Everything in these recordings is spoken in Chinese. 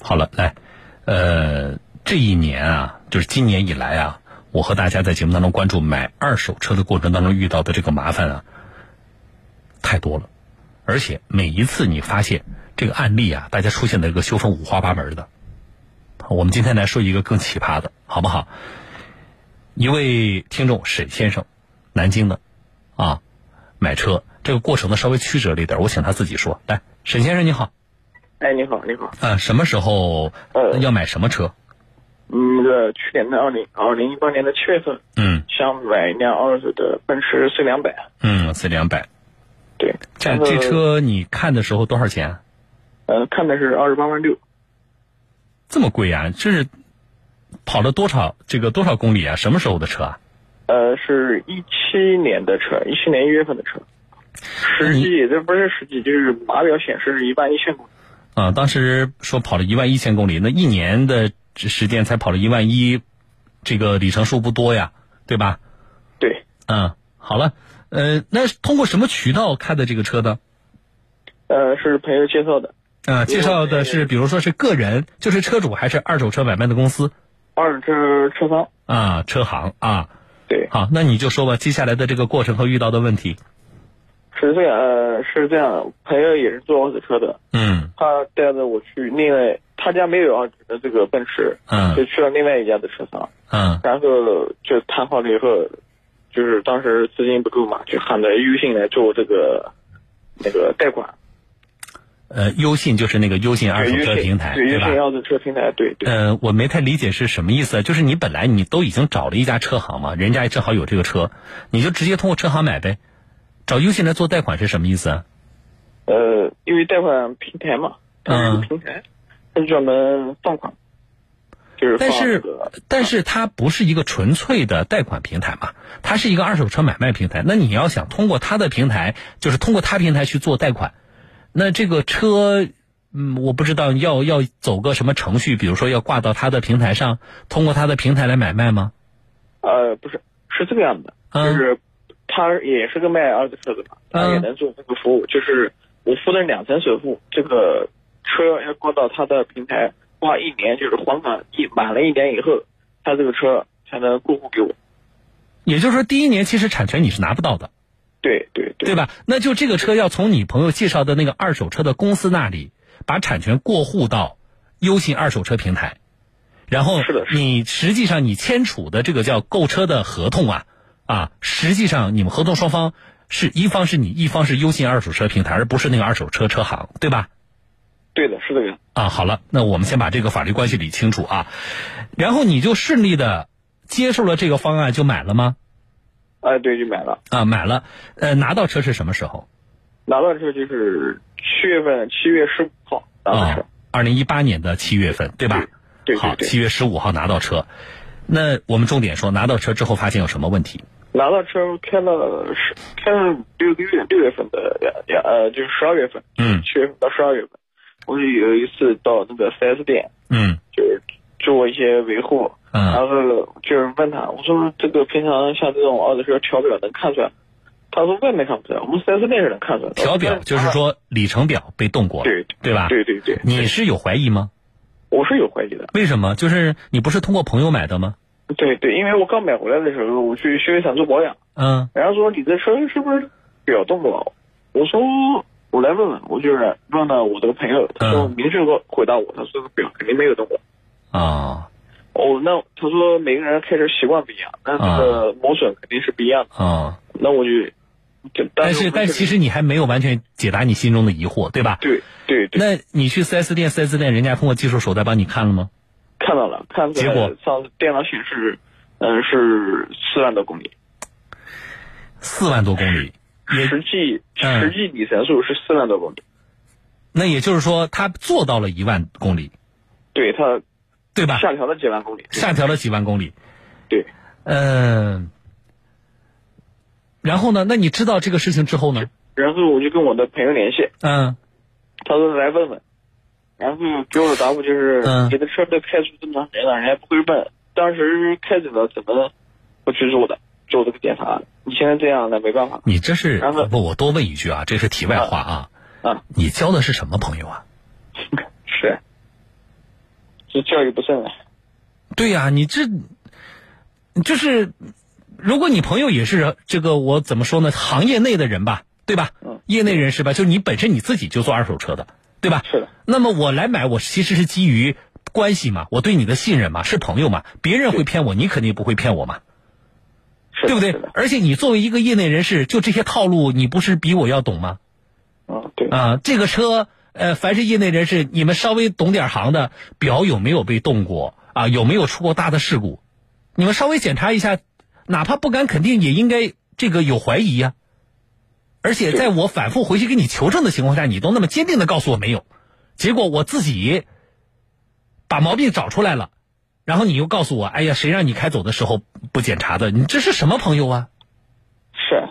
好了，来，呃，这一年啊，就是今年以来啊，我和大家在节目当中关注买二手车的过程当中遇到的这个麻烦啊，太多了，而且每一次你发现这个案例啊，大家出现的这个纠纷五花八门的。我们今天来说一个更奇葩的，好不好？一位听众沈先生，南京的，啊，买车这个过程呢稍微曲折了一点，我请他自己说。来，沈先生你好，哎，你好，你好，呃，什么时候呃要买什么车？嗯，那个去年的二零二零一八年的七月份，嗯想买一辆二手的奔驰 C 两百，啊嗯，C 两百，对，这然后这，车你看的时候多少钱啊？呃，看的是二十八万六，这么贵啊？这是跑了多少这个多少公里啊？什么时候的车啊？呃，是一七年的车，一七年一月份的车，实际这不是实际，就是码表显示是一万一千公里，啊，当时说跑了一万一千公里，那一年的时间才跑了一万一，这个里程数不多呀，对吧？对，嗯，好了，呃，那是通过什么渠道看的这个车的？呃，是朋友介绍的，啊，介绍的是，比如说是个人，就是车主，还是二手车买卖的公司二手车车商，啊，车行啊？对，好，那你就说吧，接下来的这个过程和遇到的问题。是这样，呃，是这样，朋友也是做二手车的，嗯他带着我去另外，他家没有二手的这个奔驰，就嗯去了另外一家的车商。嗯然后就谈好了以后，就是当时资金不够嘛，就喊着优信来做这个那个贷款，呃，优信就是那个优信二手对优车信平台，对对优吧信？二手车平台，对对，呃，我没太理解是什么意思，啊就是你本来你都已经找了一家车行嘛，人家正好有这个车，你就直接通过车行买呗。找优信来做贷款是什么意思啊？呃，因为贷款平台嘛，它是一嗯个平台，它是专门放款，就是放但这是个，啊但是它不是一个纯粹的贷款平台嘛，它是一个二手车买卖平台。那你要想通过它的平台，就是通过它平台去做贷款，那这个车，嗯，我不知道要要走个什么程序，比如说要挂到它的平台上，通过它的平台来买卖吗？呃，不是，是这个样子的，嗯就是他也是个卖二手车的嘛，他也嗯能做这个服务，就是我付了两成首付，这个车要挂到他的平台，挂一年就是还款一满了一年以后，他这个车才能过户给我。也就是说，第一年其实产权你是拿不到的。对对对，对吧？那就这个车要从你朋友介绍的那个二手车的公司那里把产权过户到优信二手车平台，然后是的是的你实际上你签署的这个叫购车的合同啊啊，实际上你们合同双方是一方是你，一方是优信二手车平台，而不是那个二手车车行，对吧？对的，是这个样。啊，好了，那我们先把这个法律关系理清楚啊，然后你就顺利的接受了这个方案，就买了吗？哎，对，就买了，啊，买了，呃，拿到车是什么时候？拿到车就是七月份，七月十五号拿到车啊，。二零一八年的七月份，对吧？嗯对好，对对七月十五号拿到车。那我们重点说，拿到车之后发现有什么问题？拿到车开了十开了六个月，六月份的呀呀呃，就是十二月份，嗯七月份到十二月份，我就有一次到那个 4S 店，嗯就是做一些维护，然嗯后就是问他，我说这个平常像这种二手车调表能看出来吗，他说外面看不出来，我们 4S 店是能看出来的。调表我就是啊说里程表被动过了，对对吧？对对对，你是有怀疑吗？我是有怀疑的，为什么？就是你不是通过朋友买的吗？对对，因为我刚买回来的时候，我去修理厂做保养，嗯然后说你这车是不是表动过了？我说我来问问，我就是问了我的朋友，他说嗯明确地回答我，他说表肯定没有动过。啊哦，那他说每个人开车习惯不一样，那这个磨损肯定是不一样的。啊！那我就，就但是是我们但确其实你还没有完全解答你心中的疑惑，对吧？对对对，那你去 4S 店，4S 店人家通过技术手段帮你看了吗？看到了，看结果上次电脑显示，嗯、是四万多公里，四万多公里，也实际、嗯实际里程数是四万多公里，那也就是说他做到了一万公里，对它对吧？下调了几万公里，下调了几万公里。对，嗯，然后呢？那你知道这个事情之后呢？然后我就跟我的朋友联系，嗯他说来问问，然后给我的答复就是，嗯你的车被开除这么长时间了，人家不会问，当时开着了怎么不去做的，做这个检查，你现在这样那没办法 你这是然后不？我多问一句啊，这是题外话啊。啊，你交的是什么朋友啊？是，这教育不慎啊。对呀、你这就是，如果你朋友也是这个，我怎么说呢？行业内的人吧，对吧？嗯业内人士吧，就是你本身你自己就做二手车的，对吧？是的。那么我来买，我其实是基于关系嘛，我对你的信任嘛，是朋友嘛，别人会骗我，你肯定不会骗我嘛，是的对不是对的，？而且你作为一个业内人士，就这些套路，你不是比我要懂吗？嗯，对，啊，这个车，呃，凡是业内人士，你们稍微懂点行的，表有没有被动过啊？有没有出过大的事故？你们稍微检查一下，哪怕不敢肯定，也应该这个有怀疑呀、而且在我反复回去跟你求证的情况下，你都那么坚定的告诉我没有，结果我自己把毛病找出来了，然后你又告诉我，哎呀，谁让你开走的时候不检查的？你这是什么朋友啊？是。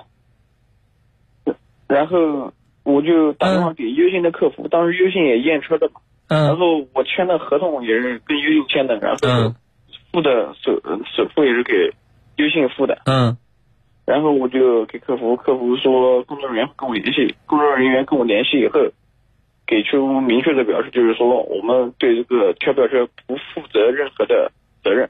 然后我就打电话给优信的客服，当时优信也验车的嘛，然嗯后我签的合同也是跟优信签的，然后嗯付的首首呃付也是给优信付的，嗯然后我就给客服，客服说工作人员会跟我联系，工作人员跟我联系以后，给出明确的表示，就是说我们对这个跳票车不负责任何的责任。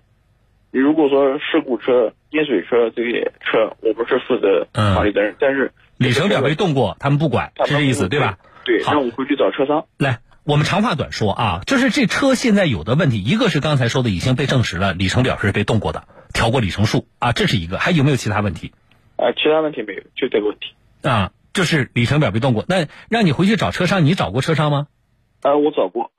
如果说事故车、淹水车这些车，我们是负责法律责任，但是里程表被动过，他们不管，他是们这意思对吧？？对，好让我回去找车商。来，我们长话短说啊，就是这车现在有的问题，一个是刚才说的已经被证实了，里程表是被动过的，调过里程数啊，这是一个。还有没有其他问题啊、其他问题没有，就这个问题。啊？就是里程表被动过，那让你回去找车商，你找过车商吗？啊、我找过，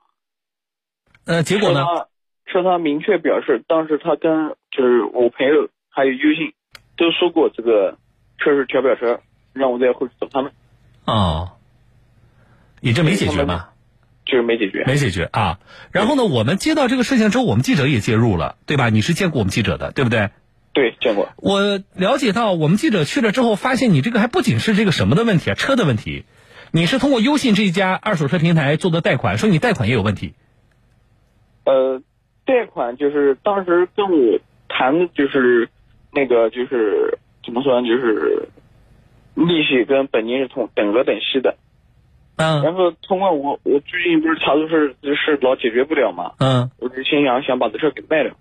呃，结果呢？车商车商明确表示，当时他跟就是我朋友还有优信都说过这个车是调表车，让我再回去找他们，哦，你这没解决吗？就是没解决。没解决啊。然后呢，我们接到这个事情之后，我们记者也介入了，对吧？你是见过我们记者的，对不对？对，见过。我了解到，我们记者去了之后，发现你这个还不仅是这个什么的问题啊，车的问题，你是通过优信这一家二手车平台做的贷款，说你贷款也有问题。呃，贷款就是当时跟我谈的就是那个就是怎么说呢，就是利息跟本金是同等额等息的。嗯然后通过我我最近不是查出是是老解决不了嘛，嗯我就心想想把这车给卖了，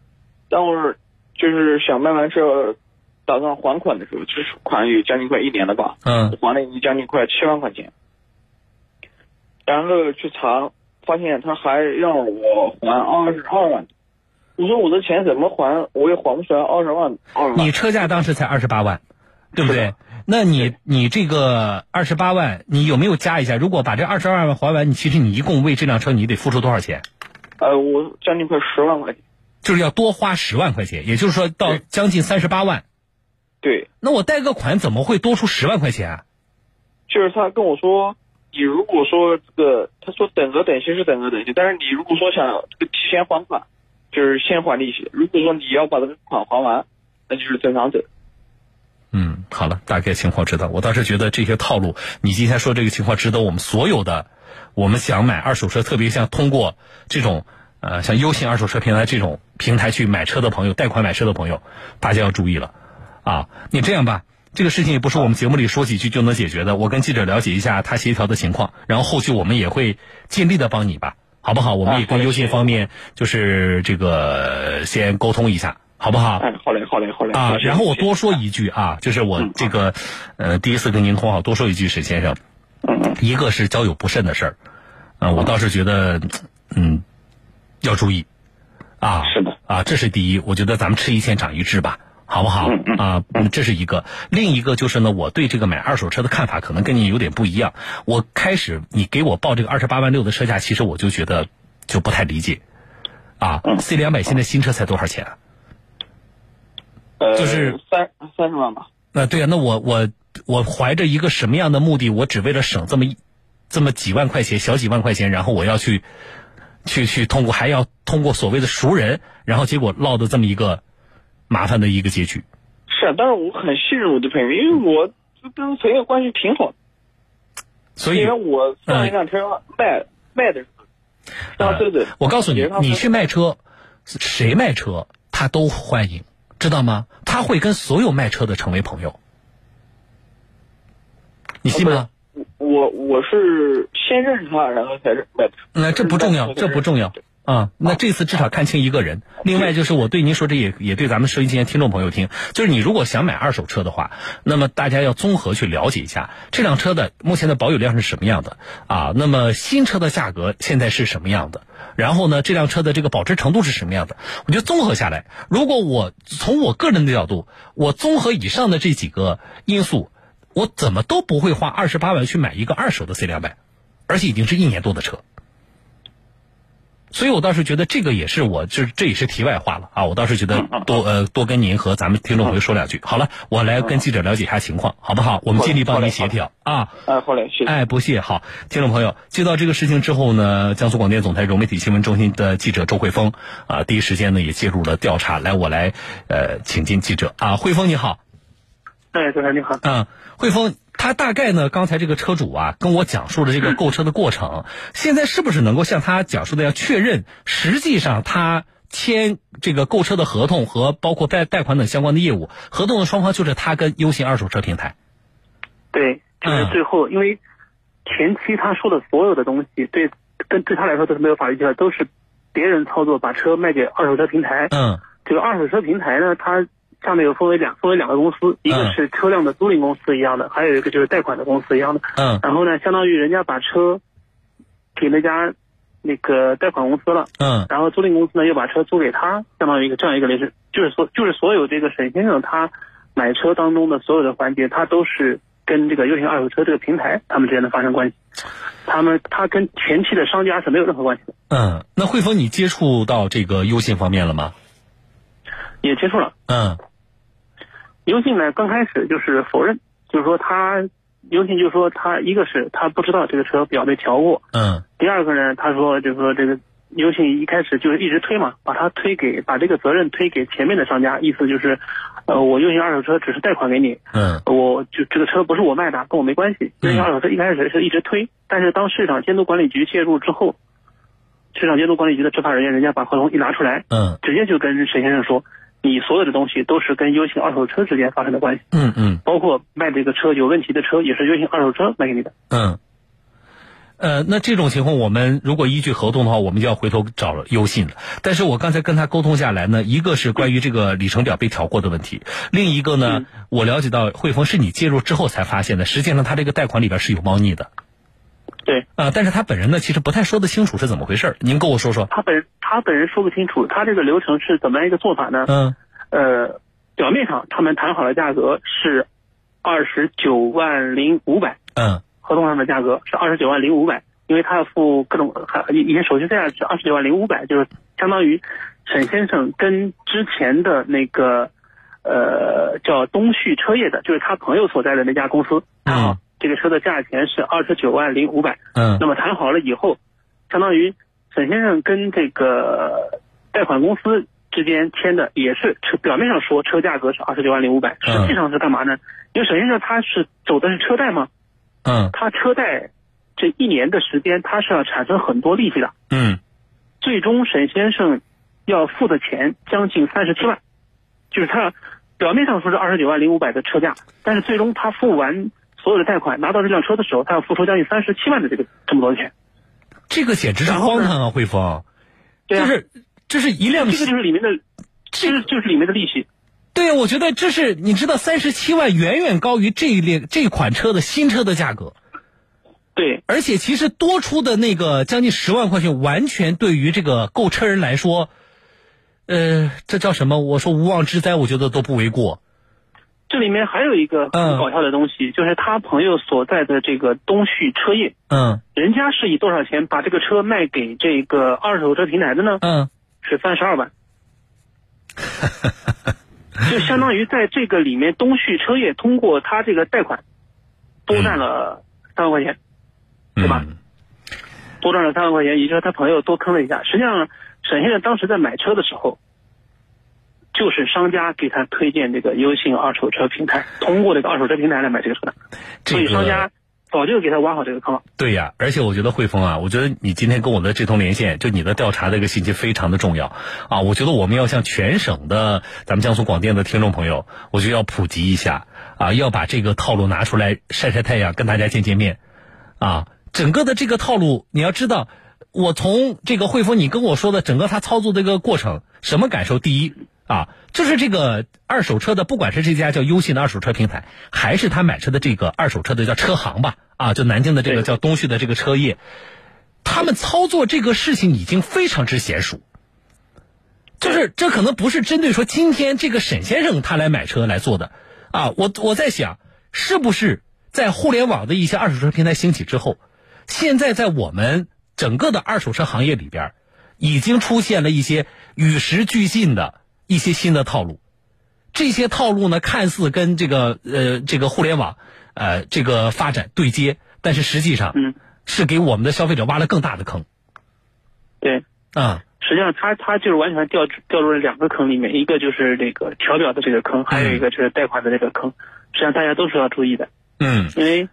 但我就是想卖完车，打算还款的时候，就是款有将近快一年了吧，嗯还了已经将近快七万块钱，然后去查，发现他还让我还二十二万，我说我的钱怎么还，我也还不出来二十万二万，你车价当时才二十八万，对不对？那你你这个二十八万，你有没有加一下？如果把这二十二万还完，你其实你一共为这辆车你得付出多少钱？呃，我将近快十万块钱，就是要多花十万块钱，也就是说到对将近三十八万。对，那我贷个款怎么会多出十万块钱啊？就是他跟我说，你如果说这个，他说等额等息是等额等息，但是你如果说想这个提前还款，就是先还利息。如果说你要把这个款还完，那就是正常走。嗯，好了，大概情况知道。我倒是觉得这些套路，你今天说这个情况，值得我们所有的，我们想买二手车，特别像通过这种呃，像优信二手车平台这种平台去买车的朋友，贷款买车的朋友，大家要注意了啊！你这样吧，这个事情也不是我们节目里说几句就能解决的，我跟记者了解一下他协调的情况，然后后续我们也会呃尽力的帮你吧，好不好？我们也啊好跟嘞优信方面就是这个先沟通一下，好不好？哎，好嘞，好嘞， 好嘞。啊谢，谢然后我多，说谢谢一句啊，就是我这个，呃，第一次跟您通好，多说一句，沈先生，嗯嗯，一个是交友不慎的事儿，啊，我倒是觉得，嗯，要注意，啊，是的，啊，这是第一，我觉得咱们吃一堑长一智吧，好不好嗯？嗯啊，嗯这是一个，另一个就是呢，我对这个买二手车的看法可能跟你有点不一样，我开始你给我报这个二十八万六的车价，其实我就觉得就不太理解，啊嗯，C 两百现在新车才多少钱啊？呃，就是三三十万吧。那对啊，那我我我怀着一个什么样的目的？我只为了省这么一这么几万块钱，小几万块钱，然后我要去去去通过，还要通过所谓的熟人，然后结果落得这么一个麻烦的一个结局。是啊，但是我很信任我的朋友，因为我跟朋友关系挺好的，所以嗯因为，我上一辆车卖、卖的时候，上车子，我告诉你也让，他你去卖车，谁卖车他都欢迎，知道吗？他会跟所有卖车的成为朋友，你信吗？我我我是先认识他，然后才是卖的车。嗯那这不重要，这不重要。啊，那这次至少看清一个人。另外就是我对您说，这也也对咱们收音机前听众朋友听，就是你如果想买二手车的话，那么大家要综合去了解一下这辆车的目前的保有量是什么样的啊，那么新车的价格现在是什么样的，然后呢，这辆车的这个保值程度是什么样的？我觉得综合下来，如果我从我个人的角度，我综合以上的这几个因素，我怎么都不会花二十八万去买一个二手的 C 两百，而且已经是一年多的车。所以我倒是觉得这个也是我，这这也是题外话了啊！我倒是觉嗯得多呃多跟您和咱们听众朋友说两句。好了，我来跟记者了解一下情况，好不好？我们尽力帮您协调啊。哎，嗯好嘞，谢谢。哎，不谢。好，听众朋友，接到这个事情之后呢，江苏广电总台融媒体新闻中心的记者周慧峰啊，第一时间呢也介入了调查。来，我来呃请进记者啊，慧峰你好，哎，主持人你好。嗯，慧峰，他大概呢，刚才这个车主啊跟我讲述了这个购车的过程，现在是不是能够像他讲述的要确认，实际上他签这个购车的合同和包括贷贷款等相关的业务，合同的双方就是他跟优信二手车平台。对，就是嗯最后，因为前期他说的所有的东西，对跟对他来说都是没有法律效力，都是别人操作把车卖给二手车平台。嗯这个二手车平台呢，它下面有分为两分为两个公嗯司，一个是车辆的租赁公司一样的，还有一个就是贷款的公司一样的。嗯然后呢，相当于人家把车给那家那个贷款公司了，嗯然后租赁公司呢又把车租给他，相当于一个这样一个类似，就是所就是所有这个沈先生他买车当中的所有的环节，他都是跟这个优信二手车这个平台他们之间的发生关系，他们他跟前期的商家是没有任何关系的，嗯。那慧峰，你接触到这个优信方面了吗？也接触了。嗯优信呢刚开始就是否认，就是说他优信就说他一个是他不知道这个车表被调过，嗯第二个呢，他说就是说这个优信一开始就是一直推嘛，把它推给把这个责任推给前面的商家，意思就是，呃，我优信二手车只是贷款给你，呃嗯我就这个车不是我卖的，跟我没关系。嗯优信二手车一开始是一直推，但是当市场监督管理局介入之后，市场监督管理局的执法人员人家把合同一拿出来，嗯直接就跟沈先生说，你所有的东西都是跟优信二手车之间发生的关系，嗯嗯包括卖这个车有问题的车也是优信二手车卖给你的。嗯。呃，那这种情况，我们如果依据合同的话，我们就要回头找优信了。但是我刚才跟他沟通下来呢，一个是关于这个里程表被调过的问题，另一个嗯呢，我了解到汇丰是你介入之后才发现的，实际上他这个贷款里边是有猫腻的。对啊、但是他本人呢，其实不太说得清楚是怎么回事儿您跟我说说。他本他本人说不清楚，他这个流程是怎么样一个做法呢？嗯呃，表面上他们谈好的价格是二十九万零五百，嗯合同上的价格是二十九万零五百，因为他要付各种还一一些手续费啊，是二十九万零五百，就是相当于沈先生跟之前的那个呃叫东旭车业的，就是他朋友所在的那家公司，谈好这个车的价钱是二十九万零五百，嗯那么谈好了以后，相当于沈先生跟这个贷款公司之间签的也是车，表面上说车价格是二十九万零五百，嗯实际上是干嘛呢？因为沈先生他是走的是车贷嘛，嗯他车贷这一年的时间他是要产生很多利息的，嗯最终沈先生要付的钱将近三十七万，就是他表面上说是二十九万零五百的车价，但是最终他付完所有的贷款拿到这辆车的时候，他要付出将近三十七万的这个这么多钱。这个简直是荒唐啊，汇丰。对啊就是这是一辆这个就是里面的，这个就是里面的利息。对，我觉得这是你知道，三十七万远远高于这一列这款车的新车的价格，对，而且其实多出的那个将近十万块钱，完全对于这个购车人来说，呃，这叫什么？我说无妄之灾，我觉得都不为过。这里面还有一个嗯很搞笑的东西，就是他朋友所在的这个东旭车业，嗯人家是以多少钱把这个车卖给这个二手车平台的呢？嗯是三十二 万。就相当于在这个里面，东旭车业通过他这个贷款，多赚了三万块钱。对吧嗯多赚了三万块钱，也就是他朋友多坑了一下。实际上，沈先生当时在买车的时候，就是商家给他推荐这个优信二手车平台，通过这个二手车平台来买这个车的，所这以商个家早就给他挖好这个坑了。对呀、而且我觉得汇丰啊，我觉得你今天跟我的这通连线，就你的调查这个信息非常的重要啊。我觉得我们要向全省的咱们江苏广电的听众朋友，我就要普及一下啊，要把这个套路拿出来晒晒太阳，跟大家见见面啊。整个的这个套路，你要知道，我从这个惠峰你跟我说的整个他操作的一个过程，什么感受？第一啊，就是这个二手车的，不管是这家叫优信的二手车平台，还是他买车的这个二手车的叫车行吧，啊，就南京的这个对叫东旭的这个车业，他们操作这个事情已经非常之娴熟。就是这可能不是针对说今天这个沈先生他来买车来做的啊，我我在想是不是在互联网的一些二手车平台兴起之后，现在在我们整个的二手车行业里边儿，已经出现了一些与时俱进的一些新的套路。这些套路呢，看似跟这个呃这个互联网呃这个发展对接，但是实际上嗯是给我们的消费者挖了更大的坑对，啊。实际上他他就是完全掉掉入了两个坑里面，一个就是这个调表的这个坑，还有一个就是贷款的这个坑。实际上大家都是要注意的，嗯因为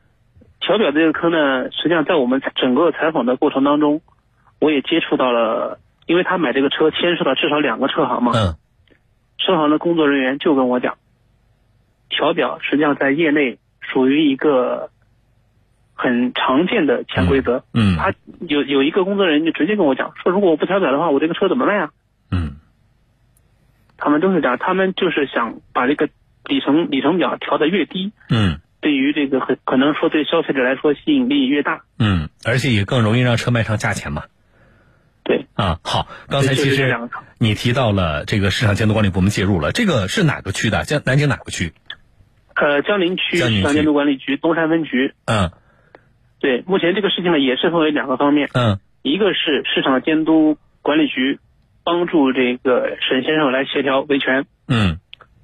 调表这个坑呢，实际上在我们整个采访的过程当中，我也接触到了，因为他买这个车牵涉到至少两个车行嘛，嗯车行的工作人员就跟我讲，调表实际上在业内属于一个很常见的潜规则。嗯他有有一个工作人员就直接跟我讲说，如果我不调表的话，我这个车怎么卖啊？嗯他们都是这样，他们就是想把这个里程里程表调得越低，嗯对于这个很可能说对消费者来说吸引力越大。嗯，而且也更容易让车卖上价钱嘛。对，啊，好，刚才就其是这实两个坑你提到了这个市场监督管理部门介入了，这个是哪个区的？江南京哪个区？呃，江宁区江宁区市场监督管理局东山分局，嗯对，目前这个事情呢也是分为两个方面，嗯一个是市场监督管理局帮助这个沈先生来协调维权，嗯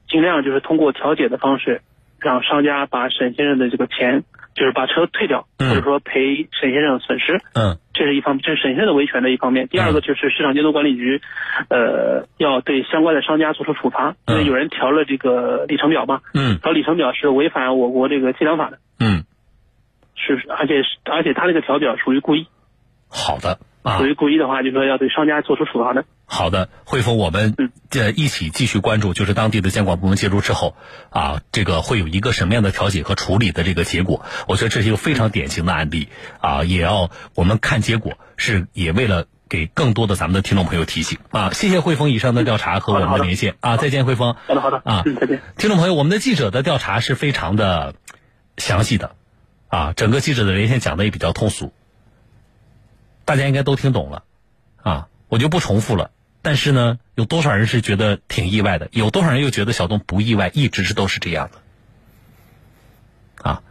尽量就是通过调解的方式，让商家把沈先生的这个钱，就是把车退掉，嗯或者说赔沈先生损失，嗯这是一方，这是沈先生的维权的一方面。第二个就是市场监督管理局，呃，要对相关的商家做出处罚，因为嗯有人调了这个里程表嘛，嗯调里程表是违反我国这个计量法的，嗯，是而且是而且他这个调表属于故意，好的啊属，于故意的话，就说要对商家做出处罚的。好的，惠峰，我们嗯呃一起继续关注，就是当地的监管部门介入之后啊，这个会有一个什么样的调解和处理的这个结果？我觉得这是一个非常典型的案例啊，也要我们看结果是也为了。给更多的咱们的听众朋友提醒啊！谢谢汇丰以上的调查和我们好的的连线啊！再见，汇丰。好的，好的，啊嗯，再见。听众朋友，我们的记者的调查是非常的详细的，啊，整个记者的连线讲的也比较通俗，大家应该都听懂了，啊，我就不重复了。但是呢，有多少人是觉得挺意外的？有多少人又觉得小东不意外？一直是都是这样的，啊，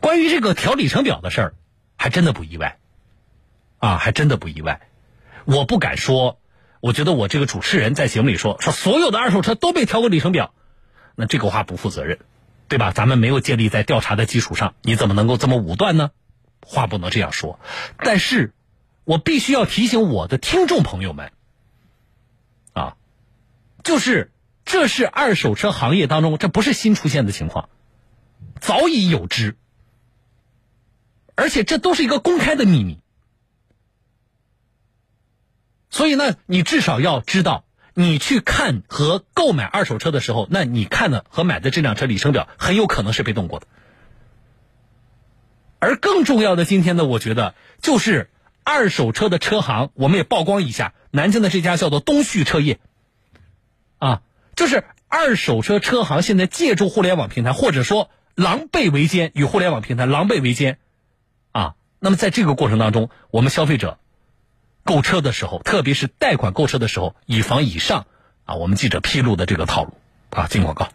关于这个调里程表的事儿，还真的不意外，啊，还真的不意外。我不敢说，我觉得我这个主持人在节目里说说所有的二手车都被调过里程表，那这个话不负责任，对吧？咱们没有建立在调查的基础上，你怎么能够这么武断呢？话不能这样说。但是，我必须要提醒我的听众朋友们，啊，就是这是二手车行业当中，这不是新出现的情况，早已有之，而且这都是一个公开的秘密。所以呢，你至少要知道，你去看和购买二手车的时候，那你看的和买的这辆车里程表很有可能是被动过的。而更重要的，今天呢，我觉得就是二手车的车行，我们也曝光一下，南京的这家叫做东旭车业，啊，就是二手车车行现在借助互联网平台，或者说狼狈为奸，与互联网平台狼狈为奸，啊，那么在这个过程当中，我们消费者购车的时候，特别是贷款购车的时候，以防以上啊，我们记者披露的这个套路啊，进广告。